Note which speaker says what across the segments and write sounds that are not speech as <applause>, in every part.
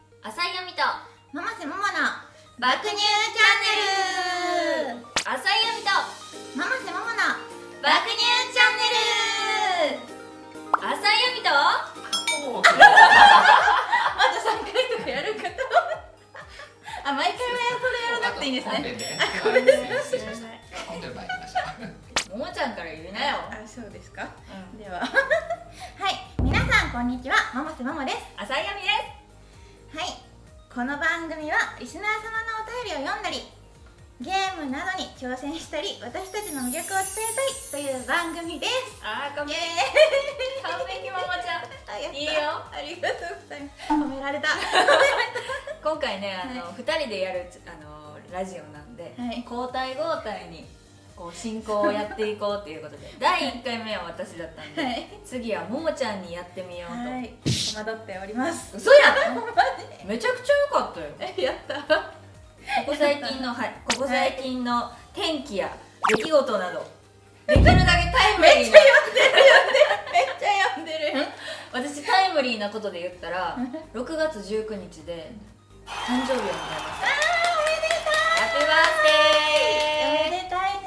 Speaker 1: 浅井亜美と
Speaker 2: ママセママの
Speaker 1: 爆乳チャンネル浅井亜美と
Speaker 2: ママセママの
Speaker 1: 爆乳チャンネル浅井亜美と
Speaker 2: まだ3回とかやるかとあ毎回はそれやらなくていいんですね
Speaker 3: あ、ごめんなさい。本で参りまし
Speaker 1: も
Speaker 3: た。
Speaker 1: もちゃんから言うなよ、
Speaker 2: あそうですか
Speaker 1: うん、
Speaker 2: でははい皆さんこんにちはママセママです
Speaker 1: 浅井亜美です
Speaker 2: はいこの番組はリスナー様のお便りを読んだりゲームなどに挑戦したり私たちの魅力を伝えたいという番組です
Speaker 1: あーか
Speaker 2: イエーイ
Speaker 1: 完璧ママちゃん
Speaker 2: あやった
Speaker 1: いいよ
Speaker 2: ありがとうございます褒められたは
Speaker 1: 今回ねあの、
Speaker 2: は
Speaker 1: 二人でやるあのラジオなんで、
Speaker 2: はい
Speaker 1: 交代交代にこう進行をやっていこうということで
Speaker 2: <laughs>
Speaker 1: 第一回目は私だったんで、
Speaker 2: い
Speaker 1: 次はももちゃんにやってみようと、
Speaker 2: はい戸惑っております
Speaker 1: 嘘やん
Speaker 2: <laughs> マ
Speaker 1: めちゃくちゃ良かったよ
Speaker 2: <laughs> ジやった
Speaker 1: ここ最近
Speaker 2: <laughs>
Speaker 1: のはいここ最近の天気や出来事などできるだけタイムリーな
Speaker 2: めっちゃ読んでるよ
Speaker 1: 私タイムリーなことで言ったら6月19日で誕生日を迎えましたハッピーバースデー
Speaker 2: おめでたいね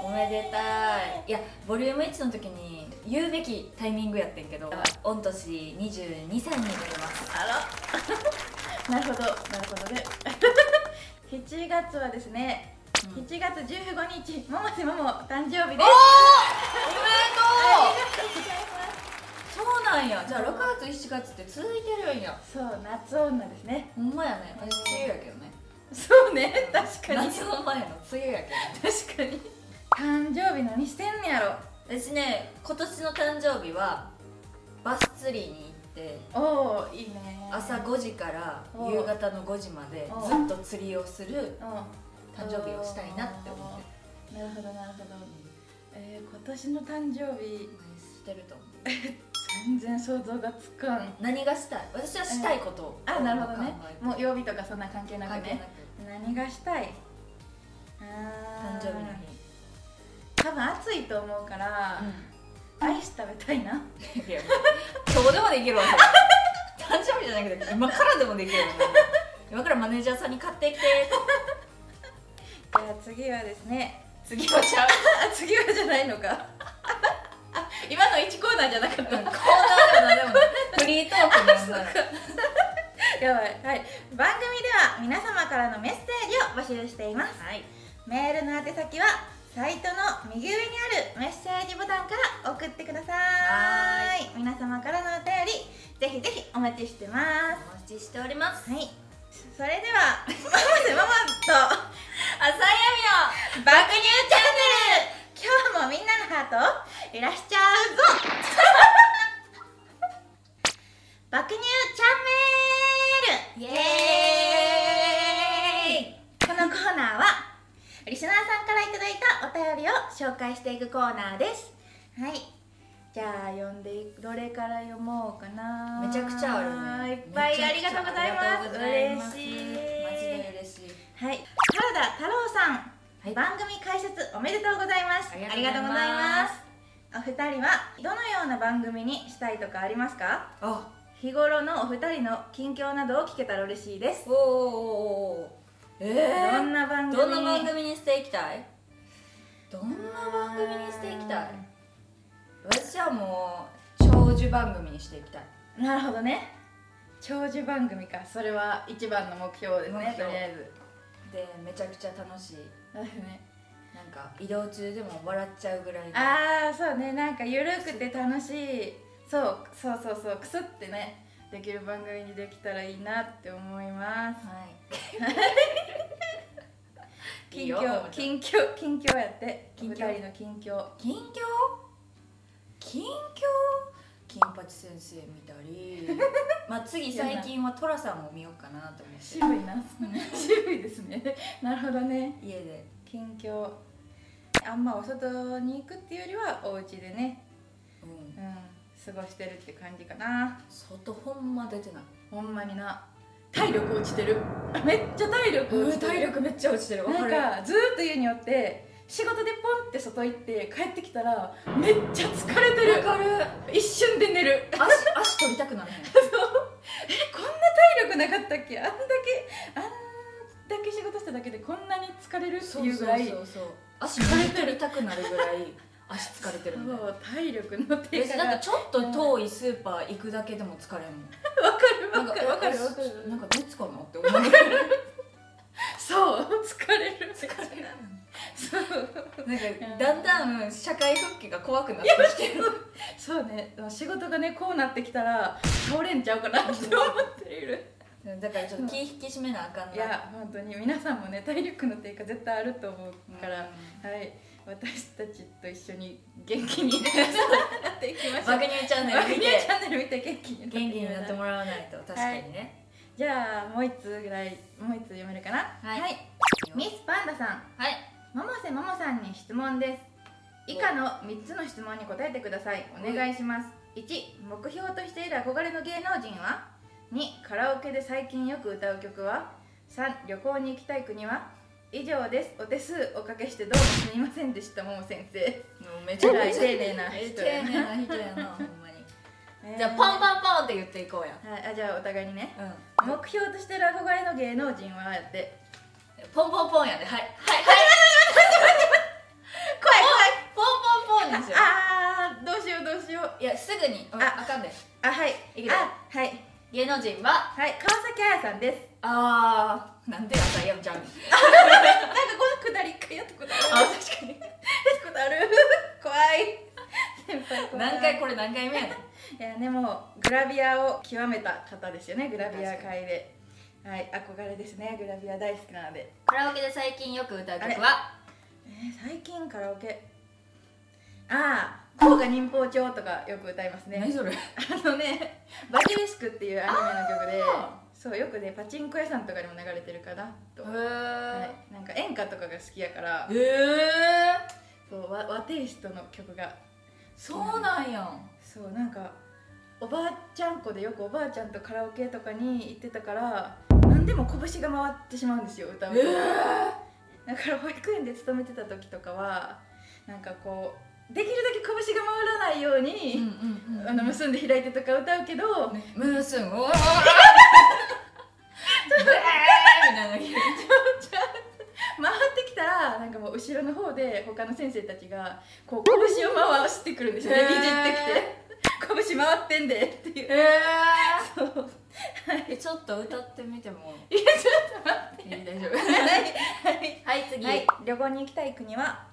Speaker 1: おめでたいいやボリューム1の時に言うべきタイミングやってんけど御年22歳になります
Speaker 2: あら <laughs> なるほどなるほどね <laughs> 7月はですね、
Speaker 1: うん
Speaker 2: 7月15日ママせママ誕生日です
Speaker 1: おめで
Speaker 2: ありがとうございま
Speaker 1: とうそうなんやじゃあ6月7月って続いてるんや
Speaker 2: すそう夏女ですね
Speaker 1: ほんまやね私梅雨やけどね
Speaker 2: そうね確かに
Speaker 1: 夏の前の梅雨やけどね
Speaker 2: 確かに誕生日何してんのやろ
Speaker 1: 私ね今年の誕生日はバス釣りに行って
Speaker 2: おおいいね
Speaker 1: 朝5時から
Speaker 2: お
Speaker 1: 夕方の5時まで
Speaker 2: お
Speaker 1: ずっと釣りをする
Speaker 2: うん
Speaker 1: 誕生日をしたいなって思ってる
Speaker 2: なるほどなるほど、えー、今年の誕生日
Speaker 1: 何してると思う
Speaker 2: 全然想像がつかん
Speaker 1: 何がしたい私はしたいことを、
Speaker 2: あなるほどね
Speaker 1: 考えて
Speaker 2: もう曜日とかそんな関係なく
Speaker 1: 関係な
Speaker 2: ね
Speaker 1: く
Speaker 2: 何がしたい
Speaker 1: 誕
Speaker 2: 誕
Speaker 1: 生日の
Speaker 2: 多分暑いと思うから、アイス食べたいな
Speaker 1: 日、いやもう今日でもできるわそれ <laughs> 誕生日じゃなくて今からでもできるわ今からマネージャーさんに買ってきて
Speaker 2: じゃあ次はですね
Speaker 1: 次はちゃう
Speaker 2: あ <laughs> 次はじゃないのかあ <laughs> 今の1コーナーじゃなかっ
Speaker 1: コー
Speaker 2: た
Speaker 1: ナーでも何でもないフリートー <laughs> クなんだ
Speaker 2: やばい、はい、番組では皆様からのメッセージを募集しています
Speaker 1: はい
Speaker 2: メールの宛先はサイトの右上にあるメッセージボタンから送ってください皆様からのお便りぜひぜひお待ちしてます
Speaker 1: お待ちしております
Speaker 2: はいそれでは <laughs> ママでママと
Speaker 1: 浅井亜美の
Speaker 2: 爆乳チャンネル今日もみんなのハートいらっしゃうぞ爆乳チャンネル
Speaker 1: イエーイ
Speaker 2: このコーナーはリスナーさんからいただいたお便りを紹介していくコーナーですはいじゃあ読んでいどれから読もうかな
Speaker 1: めちゃくちゃあるね
Speaker 2: いっぱいありがとうございます
Speaker 1: 嬉し
Speaker 2: 嬉し
Speaker 1: い
Speaker 2: い
Speaker 1: マジで嬉しい
Speaker 2: はい原田太郎さん
Speaker 1: はい
Speaker 2: 番組開設おめでとうございます
Speaker 1: ありがとうございます
Speaker 2: ありがとうございますお二人はどのような番組にしたいとかありますか
Speaker 1: あ
Speaker 2: 日頃のお二人の近況などを聞けたら嬉しいです
Speaker 1: おーおーおーおーえ
Speaker 2: どんな番組
Speaker 1: どんな番組にしていきたいどんな番組にしていきたい私はもう長寿番組にしていきたい
Speaker 2: なるほどね長寿番組かそれは一番の目標です
Speaker 1: 目
Speaker 2: ねと
Speaker 1: 標
Speaker 2: りあえず
Speaker 1: でめちゃくちゃ楽しい
Speaker 2: そうですね
Speaker 1: なんか移動中でも笑っちゃうぐらいの
Speaker 2: <laughs> ああそうねなんかゆるくて楽しいそうそうそうそうクスってねできる番組にできたらいいなって思います
Speaker 1: はいいい
Speaker 2: 近
Speaker 1: よ
Speaker 2: 況
Speaker 1: 近
Speaker 2: 近況近況やって
Speaker 1: 近況
Speaker 2: 近況人の近況
Speaker 1: 近況近況金八先生見た
Speaker 2: <laughs>
Speaker 1: りまあ次最近は寅さんも見ようかなと思って
Speaker 2: 渋いな渋いですね <laughs> なるほどね
Speaker 1: 家で
Speaker 2: 近況あんまお外に行くっていうよりはお家でね
Speaker 1: うん
Speaker 2: うん過ごしてるって感じかな
Speaker 1: 外ほんま出てない
Speaker 2: ほんまにな体力落ちて <laughs> るめっちゃ体力落ちてる、
Speaker 1: 体力めっちゃ落ちてるわか
Speaker 2: なん
Speaker 1: る
Speaker 2: かずーっと家におって仕事でポンって外行って帰ってきたらめっちゃ疲れて
Speaker 1: わ
Speaker 2: る
Speaker 1: かる
Speaker 2: 一瞬で寝る <laughs>
Speaker 1: 足足取りたくなるね
Speaker 2: えこんな体力なかったっけあんだけあんだけ仕事しただけでこんなに疲れるって
Speaker 1: そう
Speaker 2: いう
Speaker 1: そ
Speaker 2: ぐ
Speaker 1: う
Speaker 2: らい
Speaker 1: そうそう足疲れてる痛くなるぐらい足疲れてるんだよ
Speaker 2: そう体力の低
Speaker 1: 別
Speaker 2: 下
Speaker 1: に
Speaker 2: が
Speaker 1: なんかちょっと遠いスーパー行くだけでも疲れんもん
Speaker 2: わ
Speaker 1: なん
Speaker 2: かるわ <laughs> かる
Speaker 1: え
Speaker 2: わかる
Speaker 1: なんかどっちかなって思うぐらい
Speaker 2: そう疲れる疲れるそう
Speaker 1: なんかだんだん社会復帰が怖くなってきてる
Speaker 2: そうね仕事がねこうなってきたら倒れんちゃうかなって思っている
Speaker 1: だからちょっと気引き締めなあかんない
Speaker 2: や本当に皆さんもね体力の低下絶対あると思うから、はい私たちと一緒に元気になっていきましょう
Speaker 1: バグニューチャンネル見
Speaker 2: ニューチ
Speaker 1: て
Speaker 2: ャンネル見て元気になって
Speaker 1: 元気になって
Speaker 2: も
Speaker 1: もらわないと確かにね
Speaker 2: じゃあもう一通ぐらいもう一通読めるかな
Speaker 1: はい
Speaker 2: ミスパンダさん
Speaker 1: はい
Speaker 2: 百瀬ももさんに質問です以下の3つの質問に答えてくださいお願いします1目標としている憧れの芸能人は2カラオケで最近よく歌う曲は3旅行に行きたい国は以上ですお手数おかけしてどうもすみませんでしたもも先生
Speaker 1: もうめ
Speaker 2: ちゃくちゃ丁寧な人
Speaker 1: 丁
Speaker 2: やな
Speaker 1: 寧な人やなほんまにじゃあパン
Speaker 2: ン
Speaker 1: パンパンって言っていこうや
Speaker 2: はいあじゃあお互いにね
Speaker 1: うん
Speaker 2: 目標としている憧れの芸能人はやって
Speaker 1: ポンポンポンやではいはい
Speaker 2: 怖
Speaker 1: ポンポンポンで
Speaker 2: い怖
Speaker 1: す
Speaker 2: い
Speaker 1: よ
Speaker 2: ああーどうしようどうしよう
Speaker 1: いやすぐにうん
Speaker 2: あ
Speaker 1: あかんで
Speaker 2: あはい
Speaker 1: いくよ
Speaker 2: あはい
Speaker 1: 芸能人は
Speaker 2: はい川崎あやさんです
Speaker 1: あーなんで朝やんちゃん
Speaker 2: なんかこのくだり一回やったこと <laughs> ある。
Speaker 1: あ
Speaker 2: や
Speaker 1: 確かに
Speaker 2: ったことある。怖い。先輩怖い。
Speaker 1: 何回これ何回目やねん
Speaker 2: <laughs> いやでもグラビアを極めた方ですよね。グラビア界で。はい、憧れですね。グラビア大好きなので。
Speaker 1: カラオケで最近よく歌う曲は
Speaker 2: えー、最近カラオケ。ああ、甲賀忍法帳とかよく歌いますね。
Speaker 1: それ
Speaker 2: あのね、バケレスクっていうアニメの曲で
Speaker 1: あ、
Speaker 2: そうよくねパチンコ屋さんとかにも流れてるかなと。は
Speaker 1: へ
Speaker 2: い、なんか演歌とかが好きやから
Speaker 1: え、え
Speaker 2: そう和和テイストの曲が
Speaker 1: そうなんやん
Speaker 2: そうなんかおばあちゃん子でよくおばあちゃんとカラオケとかに行ってたから何でも拳が回ってしまうんですよ歌うと、だから保育園で勤めてた時とかはなんかこうできるだけ拳が回らないよう
Speaker 1: うん
Speaker 2: に、
Speaker 1: うんうん
Speaker 2: あの結んで開いてとか歌うけど、
Speaker 1: ムースン <laughs> おーブエーみたいな
Speaker 2: 回ってきたらなんかもう後ろの方で他の先生たちがこう拳を回してくるんですよね、
Speaker 1: へー
Speaker 2: いじってきて拳回ってんでっ
Speaker 1: <laughs>
Speaker 2: ていう
Speaker 1: え
Speaker 2: そうは
Speaker 1: えちょっと歌ってみても
Speaker 2: いやちょっと待って
Speaker 1: いい大丈夫
Speaker 2: はい
Speaker 1: <laughs> はい次、
Speaker 2: はい、旅行に行きたい国は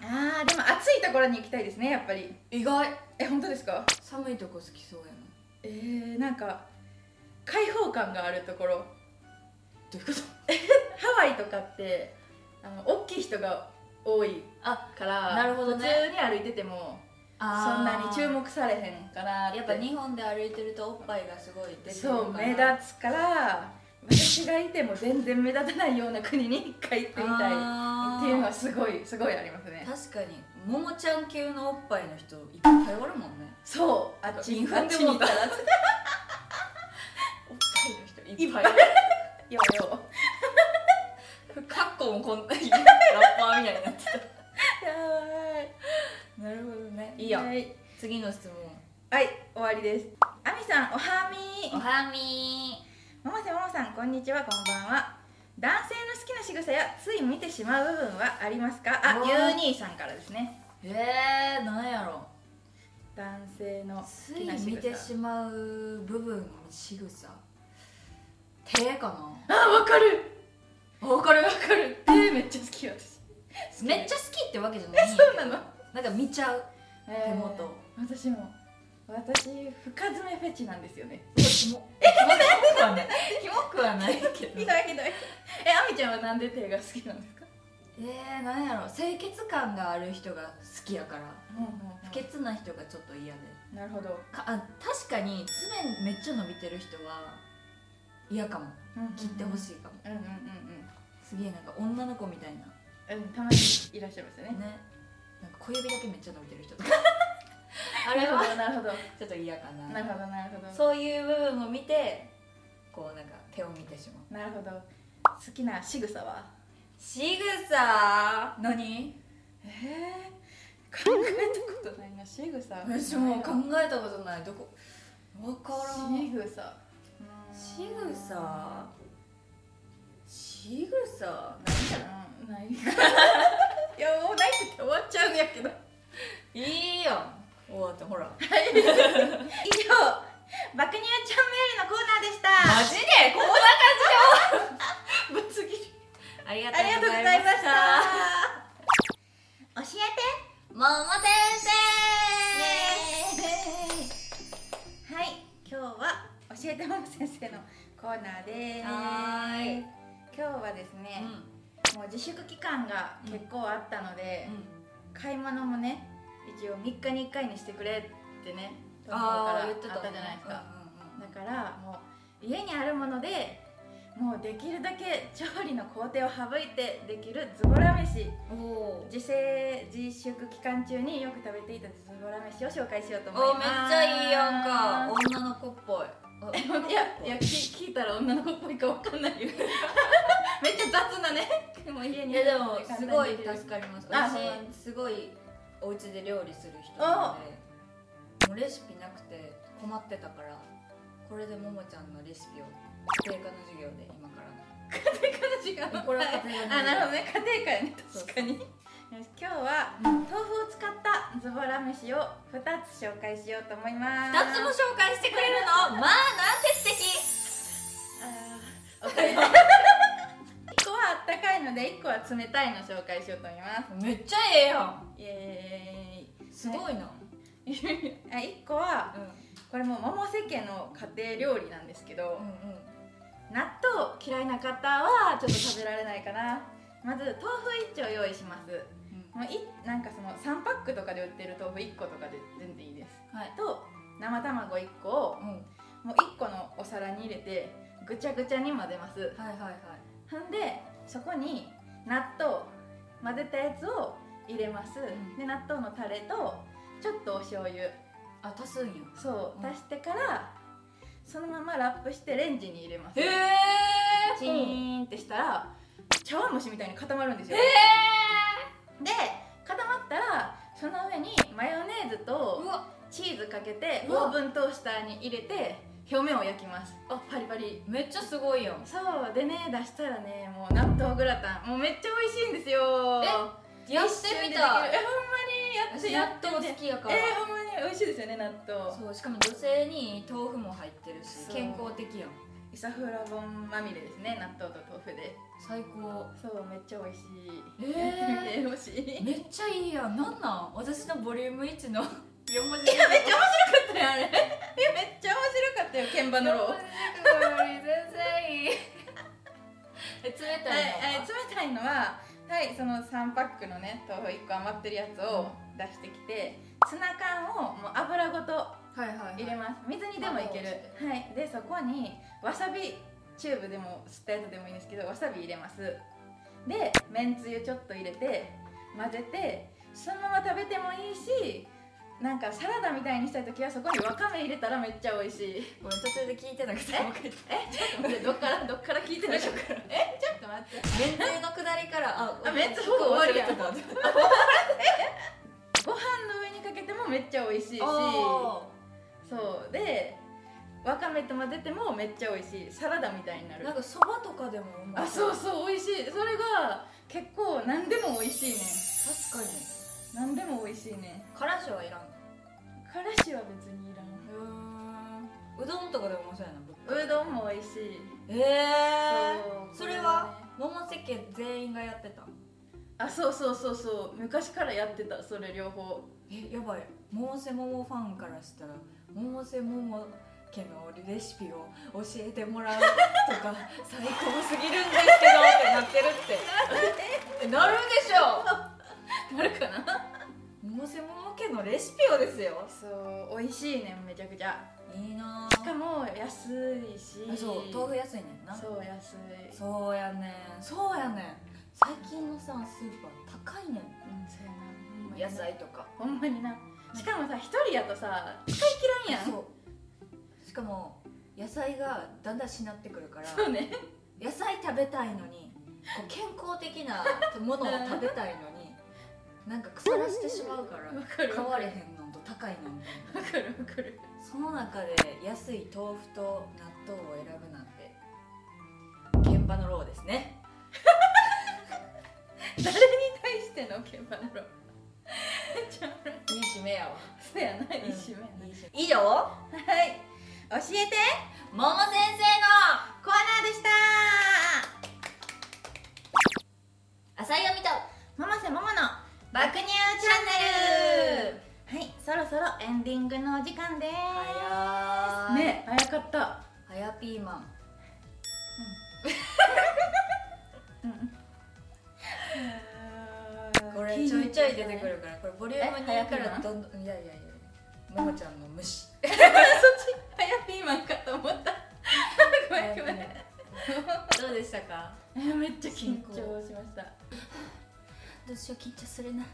Speaker 2: あーでも暑いところに行きたいですねやっぱり
Speaker 1: 意外
Speaker 2: え本当ですか
Speaker 1: 寒いとこ好きそうやな
Speaker 2: えー、なんか開放感があるところ
Speaker 1: どういうこと
Speaker 2: ハワイとかってあの大きい人が多い
Speaker 1: あ
Speaker 2: から
Speaker 1: なるほどね
Speaker 2: 普通に歩いててもそんなに注目されへんから
Speaker 1: やっぱ日本で歩いてるとおっぱいがすごい出てる
Speaker 2: そう目立つから私がいても全然目立たないような国に一回行ってみたいっていうのはすごいすごいありますね
Speaker 1: 確かにももちゃん級のおっぱいの人いっぱいおるもんね
Speaker 2: そうあっち
Speaker 1: イン
Speaker 2: に
Speaker 1: フンで
Speaker 2: に
Speaker 1: も
Speaker 2: い
Speaker 1: た
Speaker 2: た
Speaker 1: ら
Speaker 2: ら
Speaker 1: おっぱいの人いっぱい
Speaker 2: よよ
Speaker 1: カッコもこんなにラッパーみたいになって
Speaker 2: やばい
Speaker 1: たなるほどねい
Speaker 2: い
Speaker 1: いよ
Speaker 2: はい、
Speaker 1: 次の質問
Speaker 2: はい終わりですあみさんおはみ
Speaker 1: おはみ
Speaker 2: 百瀬ももさんこんにちはこんばんは男性の好きな仕草やつい見てしまう部分はありますかあ
Speaker 1: うわ
Speaker 2: ゆ
Speaker 1: ー
Speaker 2: う兄さんからですね
Speaker 1: えー、なんやろ
Speaker 2: 男性の好
Speaker 1: つ
Speaker 2: き
Speaker 1: い
Speaker 2: な仕
Speaker 1: 見て
Speaker 2: 草
Speaker 1: しまう部分の仕草手か
Speaker 2: あわかる
Speaker 1: なわかるわかる
Speaker 2: 手めっちゃ好き私
Speaker 1: めっちゃ好きってわけじゃないんやけど
Speaker 2: そうなの
Speaker 1: なんか見ち <laughs> ゃう
Speaker 2: 手
Speaker 1: 元
Speaker 2: 私も私深爪フェチなんですよね
Speaker 1: えキモキモくはない <laughs> キモくはないけど
Speaker 2: ひどいひどいえあみちゃんはなんで手が好きなんですか
Speaker 1: えー、なんやろ清潔感がある人が好きやから不潔な人がちょっと嫌で
Speaker 2: なるほど、
Speaker 1: かあ確かに爪めっちゃ伸びてる人は嫌かも切ってほ
Speaker 2: い
Speaker 1: しいかも
Speaker 2: うんうんうん
Speaker 1: すげえなんか女の子みたいな
Speaker 2: うんうんたまにいらっしゃいますよね
Speaker 1: ねなんか小指だけめっちゃ伸びてる人とか <laughs> あれは
Speaker 2: <laughs> なるほど
Speaker 1: ちょっと嫌かな
Speaker 2: なるほどなるほど
Speaker 1: そういう部分を見てこうなんか手を見てしまう
Speaker 2: なるほど好きな仕草は
Speaker 1: 仕草何
Speaker 2: ええ考えたことないな仕草
Speaker 1: 私もう考えたことないどこわからん
Speaker 2: 仕草
Speaker 1: 仕草仕草なんだろ
Speaker 2: うんないいやもう <laughs> ないって終わっちゃうんやけど
Speaker 1: ういいよ終わったほらマ
Speaker 2: 以上爆乳ちゃんメールのコーナーでした
Speaker 1: ジでこんな感じでぶつ切りありが
Speaker 2: ありがとうございました教えて
Speaker 1: 桃先生
Speaker 2: はい今日は教えてもも先生のコーナーです
Speaker 1: はーい
Speaker 2: 今日はですね、もう自粛期間が結構あったので、買い物もね一応3日に1回にしてくれってね
Speaker 1: うん、ああ言
Speaker 2: 言っ
Speaker 1: ってて
Speaker 2: た
Speaker 1: た、
Speaker 2: じ
Speaker 1: ね、
Speaker 2: ゃないですか、
Speaker 1: うんうん
Speaker 2: だからもう家にあるものでもうできるだけ調理の工程を省いてできるズボラ飯
Speaker 1: うんおー
Speaker 2: 自制自粛期間中によく食べていたズボラ飯を紹介しようと思い
Speaker 1: お
Speaker 2: ま
Speaker 1: めっ
Speaker 2: す
Speaker 1: ちゃいいやんか女の子っぽいあ女の子っぽ
Speaker 2: いやいや聞聞いたら女の子っぽいかわかんないよ <laughs> めっちゃ雑なねでも家
Speaker 1: い
Speaker 2: に
Speaker 1: やでも
Speaker 2: 簡単
Speaker 1: す
Speaker 2: に
Speaker 1: ごい
Speaker 2: できる
Speaker 1: 助かります
Speaker 2: あ
Speaker 1: 私
Speaker 2: ほん
Speaker 1: すごいお家で料理する人なのでもうレシピなくて困ってたからこれでももちゃんのレシピを家庭科の授業で今から
Speaker 2: 違う
Speaker 1: これは家庭科の授業
Speaker 2: あなるほどね家庭科やね
Speaker 1: そう
Speaker 2: 確かによし今日は
Speaker 1: うん
Speaker 2: 豆腐を使ったズボラ飯を2つ紹介しようと思います
Speaker 1: 2つも紹介してくれるのまあなんて素敵
Speaker 2: あーおかえり <laughs> 一個はあったかいので一個は冷たいの紹介しようと思いま
Speaker 1: めっちゃええやん
Speaker 2: すイエ
Speaker 1: すごいな、
Speaker 2: ーイあ一個は
Speaker 1: うん、
Speaker 2: これも桃瀬家の家庭料理なんですけど、
Speaker 1: うん
Speaker 2: 納豆嫌いな方はちょっと食べられないかなまず豆腐1丁用意します
Speaker 1: うん
Speaker 2: もういなんかその3パックとかで売ってる豆腐1個とかで全然いいです
Speaker 1: はい
Speaker 2: と生卵1個を
Speaker 1: うん
Speaker 2: もう1個のお皿に入れてぐちゃぐちゃに混ぜます
Speaker 1: はいはいはい
Speaker 2: ほんでそこに納豆混ぜたやつを入れます、
Speaker 1: ん
Speaker 2: で納豆のタレとちょっとお醤油
Speaker 1: あ足すんや
Speaker 2: そう
Speaker 1: うん
Speaker 2: 足してからそのままラップしてレンジに入れます
Speaker 1: ええ
Speaker 2: チーンってしたら茶碗蒸しみたいに固まるんですよ、で固まったらその上にマヨネーズ
Speaker 1: う
Speaker 2: と
Speaker 1: わ
Speaker 2: チーズかけて
Speaker 1: う
Speaker 2: オ
Speaker 1: わ
Speaker 2: ーブントースターに入れて表面を焼きますあパリパリ
Speaker 1: めっちゃすごいやん
Speaker 2: そうでね出したらねもう納豆グラタンもうめっちゃ美味しいんですよ
Speaker 1: えやってみたい
Speaker 2: えほんまにやって
Speaker 1: 私
Speaker 2: や
Speaker 1: 納
Speaker 2: って
Speaker 1: 豆好
Speaker 2: みて
Speaker 1: きやから、
Speaker 2: えほんまに美味しいですよね納豆
Speaker 1: そうしかも女性に豆腐も入ってるし
Speaker 2: そう
Speaker 1: 健康的やん
Speaker 2: イサフラボンまみれですね納豆と豆腐で
Speaker 1: 最高
Speaker 2: そうめっちゃ美味しい
Speaker 1: え
Speaker 2: えー、美味しい
Speaker 1: ー、めっちゃいいやんなんなん私のボリューム1の
Speaker 2: <laughs>
Speaker 1: 4文字
Speaker 2: いやめっちゃ面白かったよ <laughs> あれいやめっちゃ面白かったよ鍵盤のロー
Speaker 1: 四文字の全然いいえ冷た
Speaker 2: はい
Speaker 1: い
Speaker 2: えー冷たいのははいその3パックのね豆腐1個余ってるやつを出してきてツナ缶をもう油ご
Speaker 1: の
Speaker 2: と
Speaker 1: はいはい、はい、
Speaker 2: 入れます水にでもいけるはいでそこにわさびチューブでも吸ったやつでもいいんですけどわさび入れますでめんつゆちょっと入れて混ぜてそのまま食べてもいいしなんかサラダみたいにしたい時はそこにわかめ入れたらめっちゃ美味しい <laughs>
Speaker 1: ごめん途中で聞いてなくてもう一回言って
Speaker 2: えちょっと待ってどっからどっから聞いてなかった <laughs> えちょっと待って
Speaker 1: めんつゆのくだりからあ
Speaker 2: あめんつゆ終わりやん
Speaker 1: 忘れてた
Speaker 2: ご飯の上にかけてもめっちゃ美味しいし
Speaker 1: あ
Speaker 2: そうでわかめと混ぜてもめっちゃ美味しいサラダみたいにな
Speaker 1: ー
Speaker 2: る
Speaker 1: なんかそばとかでもうまい
Speaker 2: あそうそう美味しいそれが結構何でも美味しいね
Speaker 1: 確かに
Speaker 2: 何でも美味しいね
Speaker 1: からしはいらん
Speaker 2: からしは別にいらん
Speaker 1: うんうどんとかでも面白いなぶっかけ
Speaker 2: うどんも美味しい
Speaker 1: ええ
Speaker 2: う
Speaker 1: それは桃瀬家全員がやってた
Speaker 2: あそうそうそうそう昔からやってたそれ両方
Speaker 1: えやばい桃瀬桃ファンからしたら桃瀬桃家のレシピを教えてもらうとか <laughs> 最高すぎるんですけどってなってるってえなるでしょ
Speaker 2: なるかな
Speaker 1: 桃瀬桃家のレシピをですよ
Speaker 2: そう美味しいねめちゃくちゃ
Speaker 1: いいな
Speaker 2: しかも安いし
Speaker 1: あそう豆腐安いねんな
Speaker 2: そう安い
Speaker 1: そうやねんそうやねん最近のさスーパー高いねん
Speaker 2: うんそうやなほんまにな
Speaker 1: 野菜とか
Speaker 2: ほんまになしかもさ一人やとさ使い切らんやん
Speaker 1: そうしかも野菜がだんだんしなってくるから
Speaker 2: そうね
Speaker 1: 野菜食べたいのにこう健康的なものを食べたいのになんか腐らしてしまうから
Speaker 2: わかる
Speaker 1: 買
Speaker 2: わ
Speaker 1: われへんのと高いのみたいな
Speaker 2: かるわかる
Speaker 1: その中で安い豆腐と納音を選ぶなんて現場のローですね
Speaker 2: 誰に対しての鍵盤のローちゃうない
Speaker 1: い締めやわ
Speaker 2: そうやな一瞬目
Speaker 1: 以上
Speaker 2: はい教え
Speaker 1: 桃
Speaker 2: て
Speaker 1: 先生の
Speaker 2: コーナーでした
Speaker 1: 浅井読みと
Speaker 2: ママせママの爆乳チャンネルはいそろそろエンディングのお時間で
Speaker 1: はや
Speaker 2: すね早かった
Speaker 1: はやピーマンこれちょいちょい出て
Speaker 2: <laughs>
Speaker 1: くるからこれボリューム
Speaker 2: えはや
Speaker 1: 2
Speaker 2: ピ
Speaker 1: か
Speaker 2: ーマ
Speaker 1: ら
Speaker 2: ン
Speaker 1: どんどんいやいやいやももちゃんの虫
Speaker 2: はやピーマンかと思った <laughs> ごめんごめん
Speaker 1: どうでしたか
Speaker 2: えめっちゃ緊張しました
Speaker 1: どうしよう緊張するな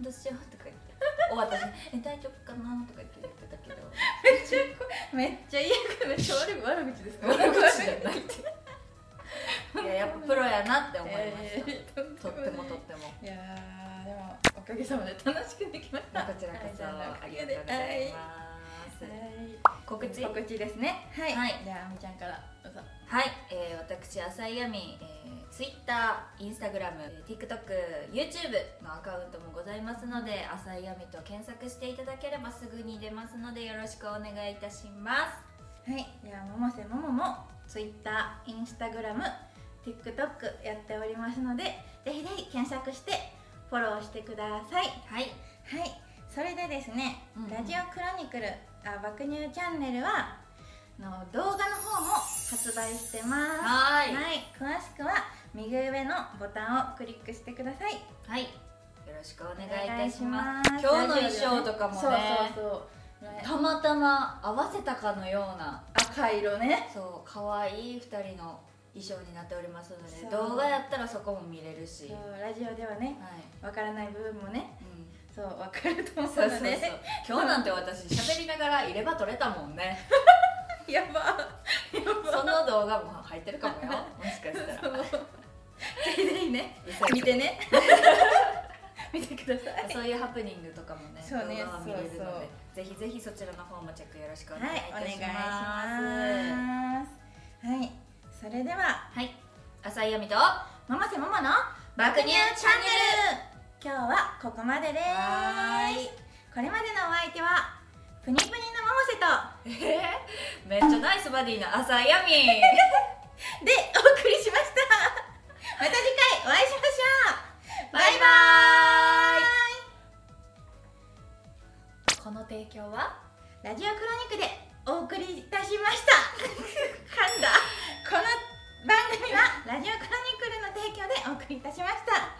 Speaker 1: どうしようとか言
Speaker 2: <laughs>
Speaker 1: ってお私え大丈夫かなとか言って言ってたけど
Speaker 2: <laughs> めっちゃこめっちゃいいめっちゃ悪い <laughs> 悪口です
Speaker 1: <laughs>
Speaker 2: か
Speaker 1: 悪口じゃないっていややっぱプロやなって思いました、
Speaker 2: えー <laughs>
Speaker 1: とってもとっ
Speaker 2: な
Speaker 1: て
Speaker 2: い
Speaker 1: も
Speaker 2: いやーでもおかげさまで楽しくできました
Speaker 1: こちらこそありがとうございます、
Speaker 2: は
Speaker 1: 告
Speaker 2: い
Speaker 1: 知
Speaker 2: 告知ですねはい、
Speaker 1: はい
Speaker 2: じゃああみちゃんからどうぞ
Speaker 1: はい、えー私浅井亜美、えー、Twitter、Instagram、えー TikTok、YouTube のアカウントもございますので浅井亜美と検索していただければすぐに出ますのでよろしくお願いいたします
Speaker 2: はい、じゃあ百瀬ももも Twitter、Instagram、TikTok やっておりますので、ぜひぜひ検索してフォローしてください。はい、
Speaker 1: はい
Speaker 2: それでですね、
Speaker 1: うんうん
Speaker 2: ラジオクロニクルあ爆乳チャンネルはあの動画の方も発売してます。
Speaker 1: はーい
Speaker 2: 詳しくは右上のボタンをクリックしてください。
Speaker 1: はい、よろしくお願いいたします。
Speaker 2: お願い
Speaker 1: 今日の
Speaker 2: し
Speaker 1: 衣装とかもね、
Speaker 2: そうそうそうね
Speaker 1: たまたま合わせたかのような、
Speaker 2: 赤色ね。
Speaker 1: そう可愛い二人の衣装になっておりますので、
Speaker 2: そう
Speaker 1: 動画やったらそこも見れるし、
Speaker 2: そ
Speaker 1: は
Speaker 2: うラジオではね、
Speaker 1: い。
Speaker 2: わからない部分もね。
Speaker 1: うん
Speaker 2: そう、わかると思う
Speaker 1: そう
Speaker 2: の
Speaker 1: そうそう
Speaker 2: で、
Speaker 1: 今日なんて私喋りながら入れ歯取れたもんね
Speaker 2: やば
Speaker 1: その動画も入ってるかもよもしかした
Speaker 2: そ
Speaker 1: ら
Speaker 2: うぜひぜひね
Speaker 1: 嘘やけど
Speaker 2: 見て
Speaker 1: <laughs>
Speaker 2: ね見てください
Speaker 1: そういうハプニングとかもね
Speaker 2: そうね
Speaker 1: 動画は見れるので
Speaker 2: そう
Speaker 1: ぜひぜひそちらの方もチェックよろしくお願
Speaker 2: はい
Speaker 1: いいた
Speaker 2: お願いし
Speaker 1: し
Speaker 2: ま
Speaker 1: ます,、
Speaker 2: すはいそれでは
Speaker 1: はい浅井亜美と
Speaker 2: ママせママの
Speaker 1: 爆乳チャンネ
Speaker 2: ル今日はここまでです
Speaker 1: はーい
Speaker 2: これまでのお相手はプニプニのママ
Speaker 1: えーめっちゃナイスバディな朝闇
Speaker 2: せとでお送りしました <laughs> また次回お会いしましょうバイバーイ
Speaker 1: この提供は
Speaker 2: ラジオクロニクでお送りいたしました噛んだこの番組はラジオクロニクルの提供でお送りいたしました